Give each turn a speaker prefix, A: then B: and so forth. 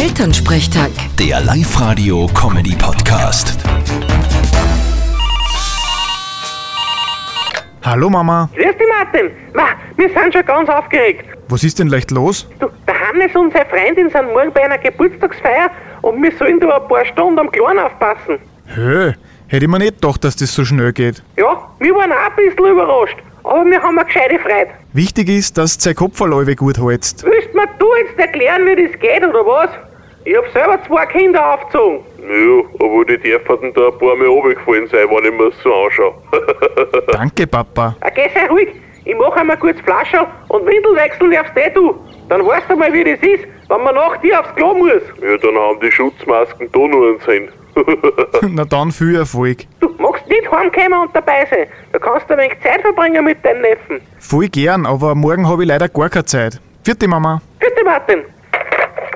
A: Elternsprechtag.
B: Der Live-Radio-Comedy-Podcast.
C: Hallo Mama,
D: Grüß dich, Martin. Ma, wir sind schon ganz aufgeregt.
C: was ist denn leicht los?
D: Du, der Hannes und seine Freundin sind morgen bei einer Geburtstagsfeier und wir sollen da ein paar Stunden am Kleinen aufpassen.
C: Hö, hätte ich mir nicht gedacht, dass das so schnell geht.
D: Ja, wir waren auch ein bisschen überrascht, aber wir haben eine gescheite Freude.
C: Wichtig ist, dass du Kopferläufe gut hältst.
D: Willst mir du jetzt erklären, wie das geht, oder was? Ich hab selber zwei Kinder aufgezogen.
E: Naja, aber die dürften da ein paar Mal runtergefallen sein, wenn ich mir das so anschaue.
C: Danke Papa.
D: Ah, geh, sei ruhig. Ich mach einmal kurz Flasche und Windel wechseln darfst eh du. Dann weißt du mal, wie das ist, wenn man nach dir aufs Klo muss.
E: ja, dann haben die Schutzmasken da nur einen Sinn.
C: Na dann viel Erfolg.
D: Du magst nicht heimkommen und dabei sein. Da kannst du ein wenig Zeit verbringen mit deinem Neffen.
C: Voll gern, aber morgen habe ich leider gar keine Zeit. Vierte Mama.
D: Bitte, Martin.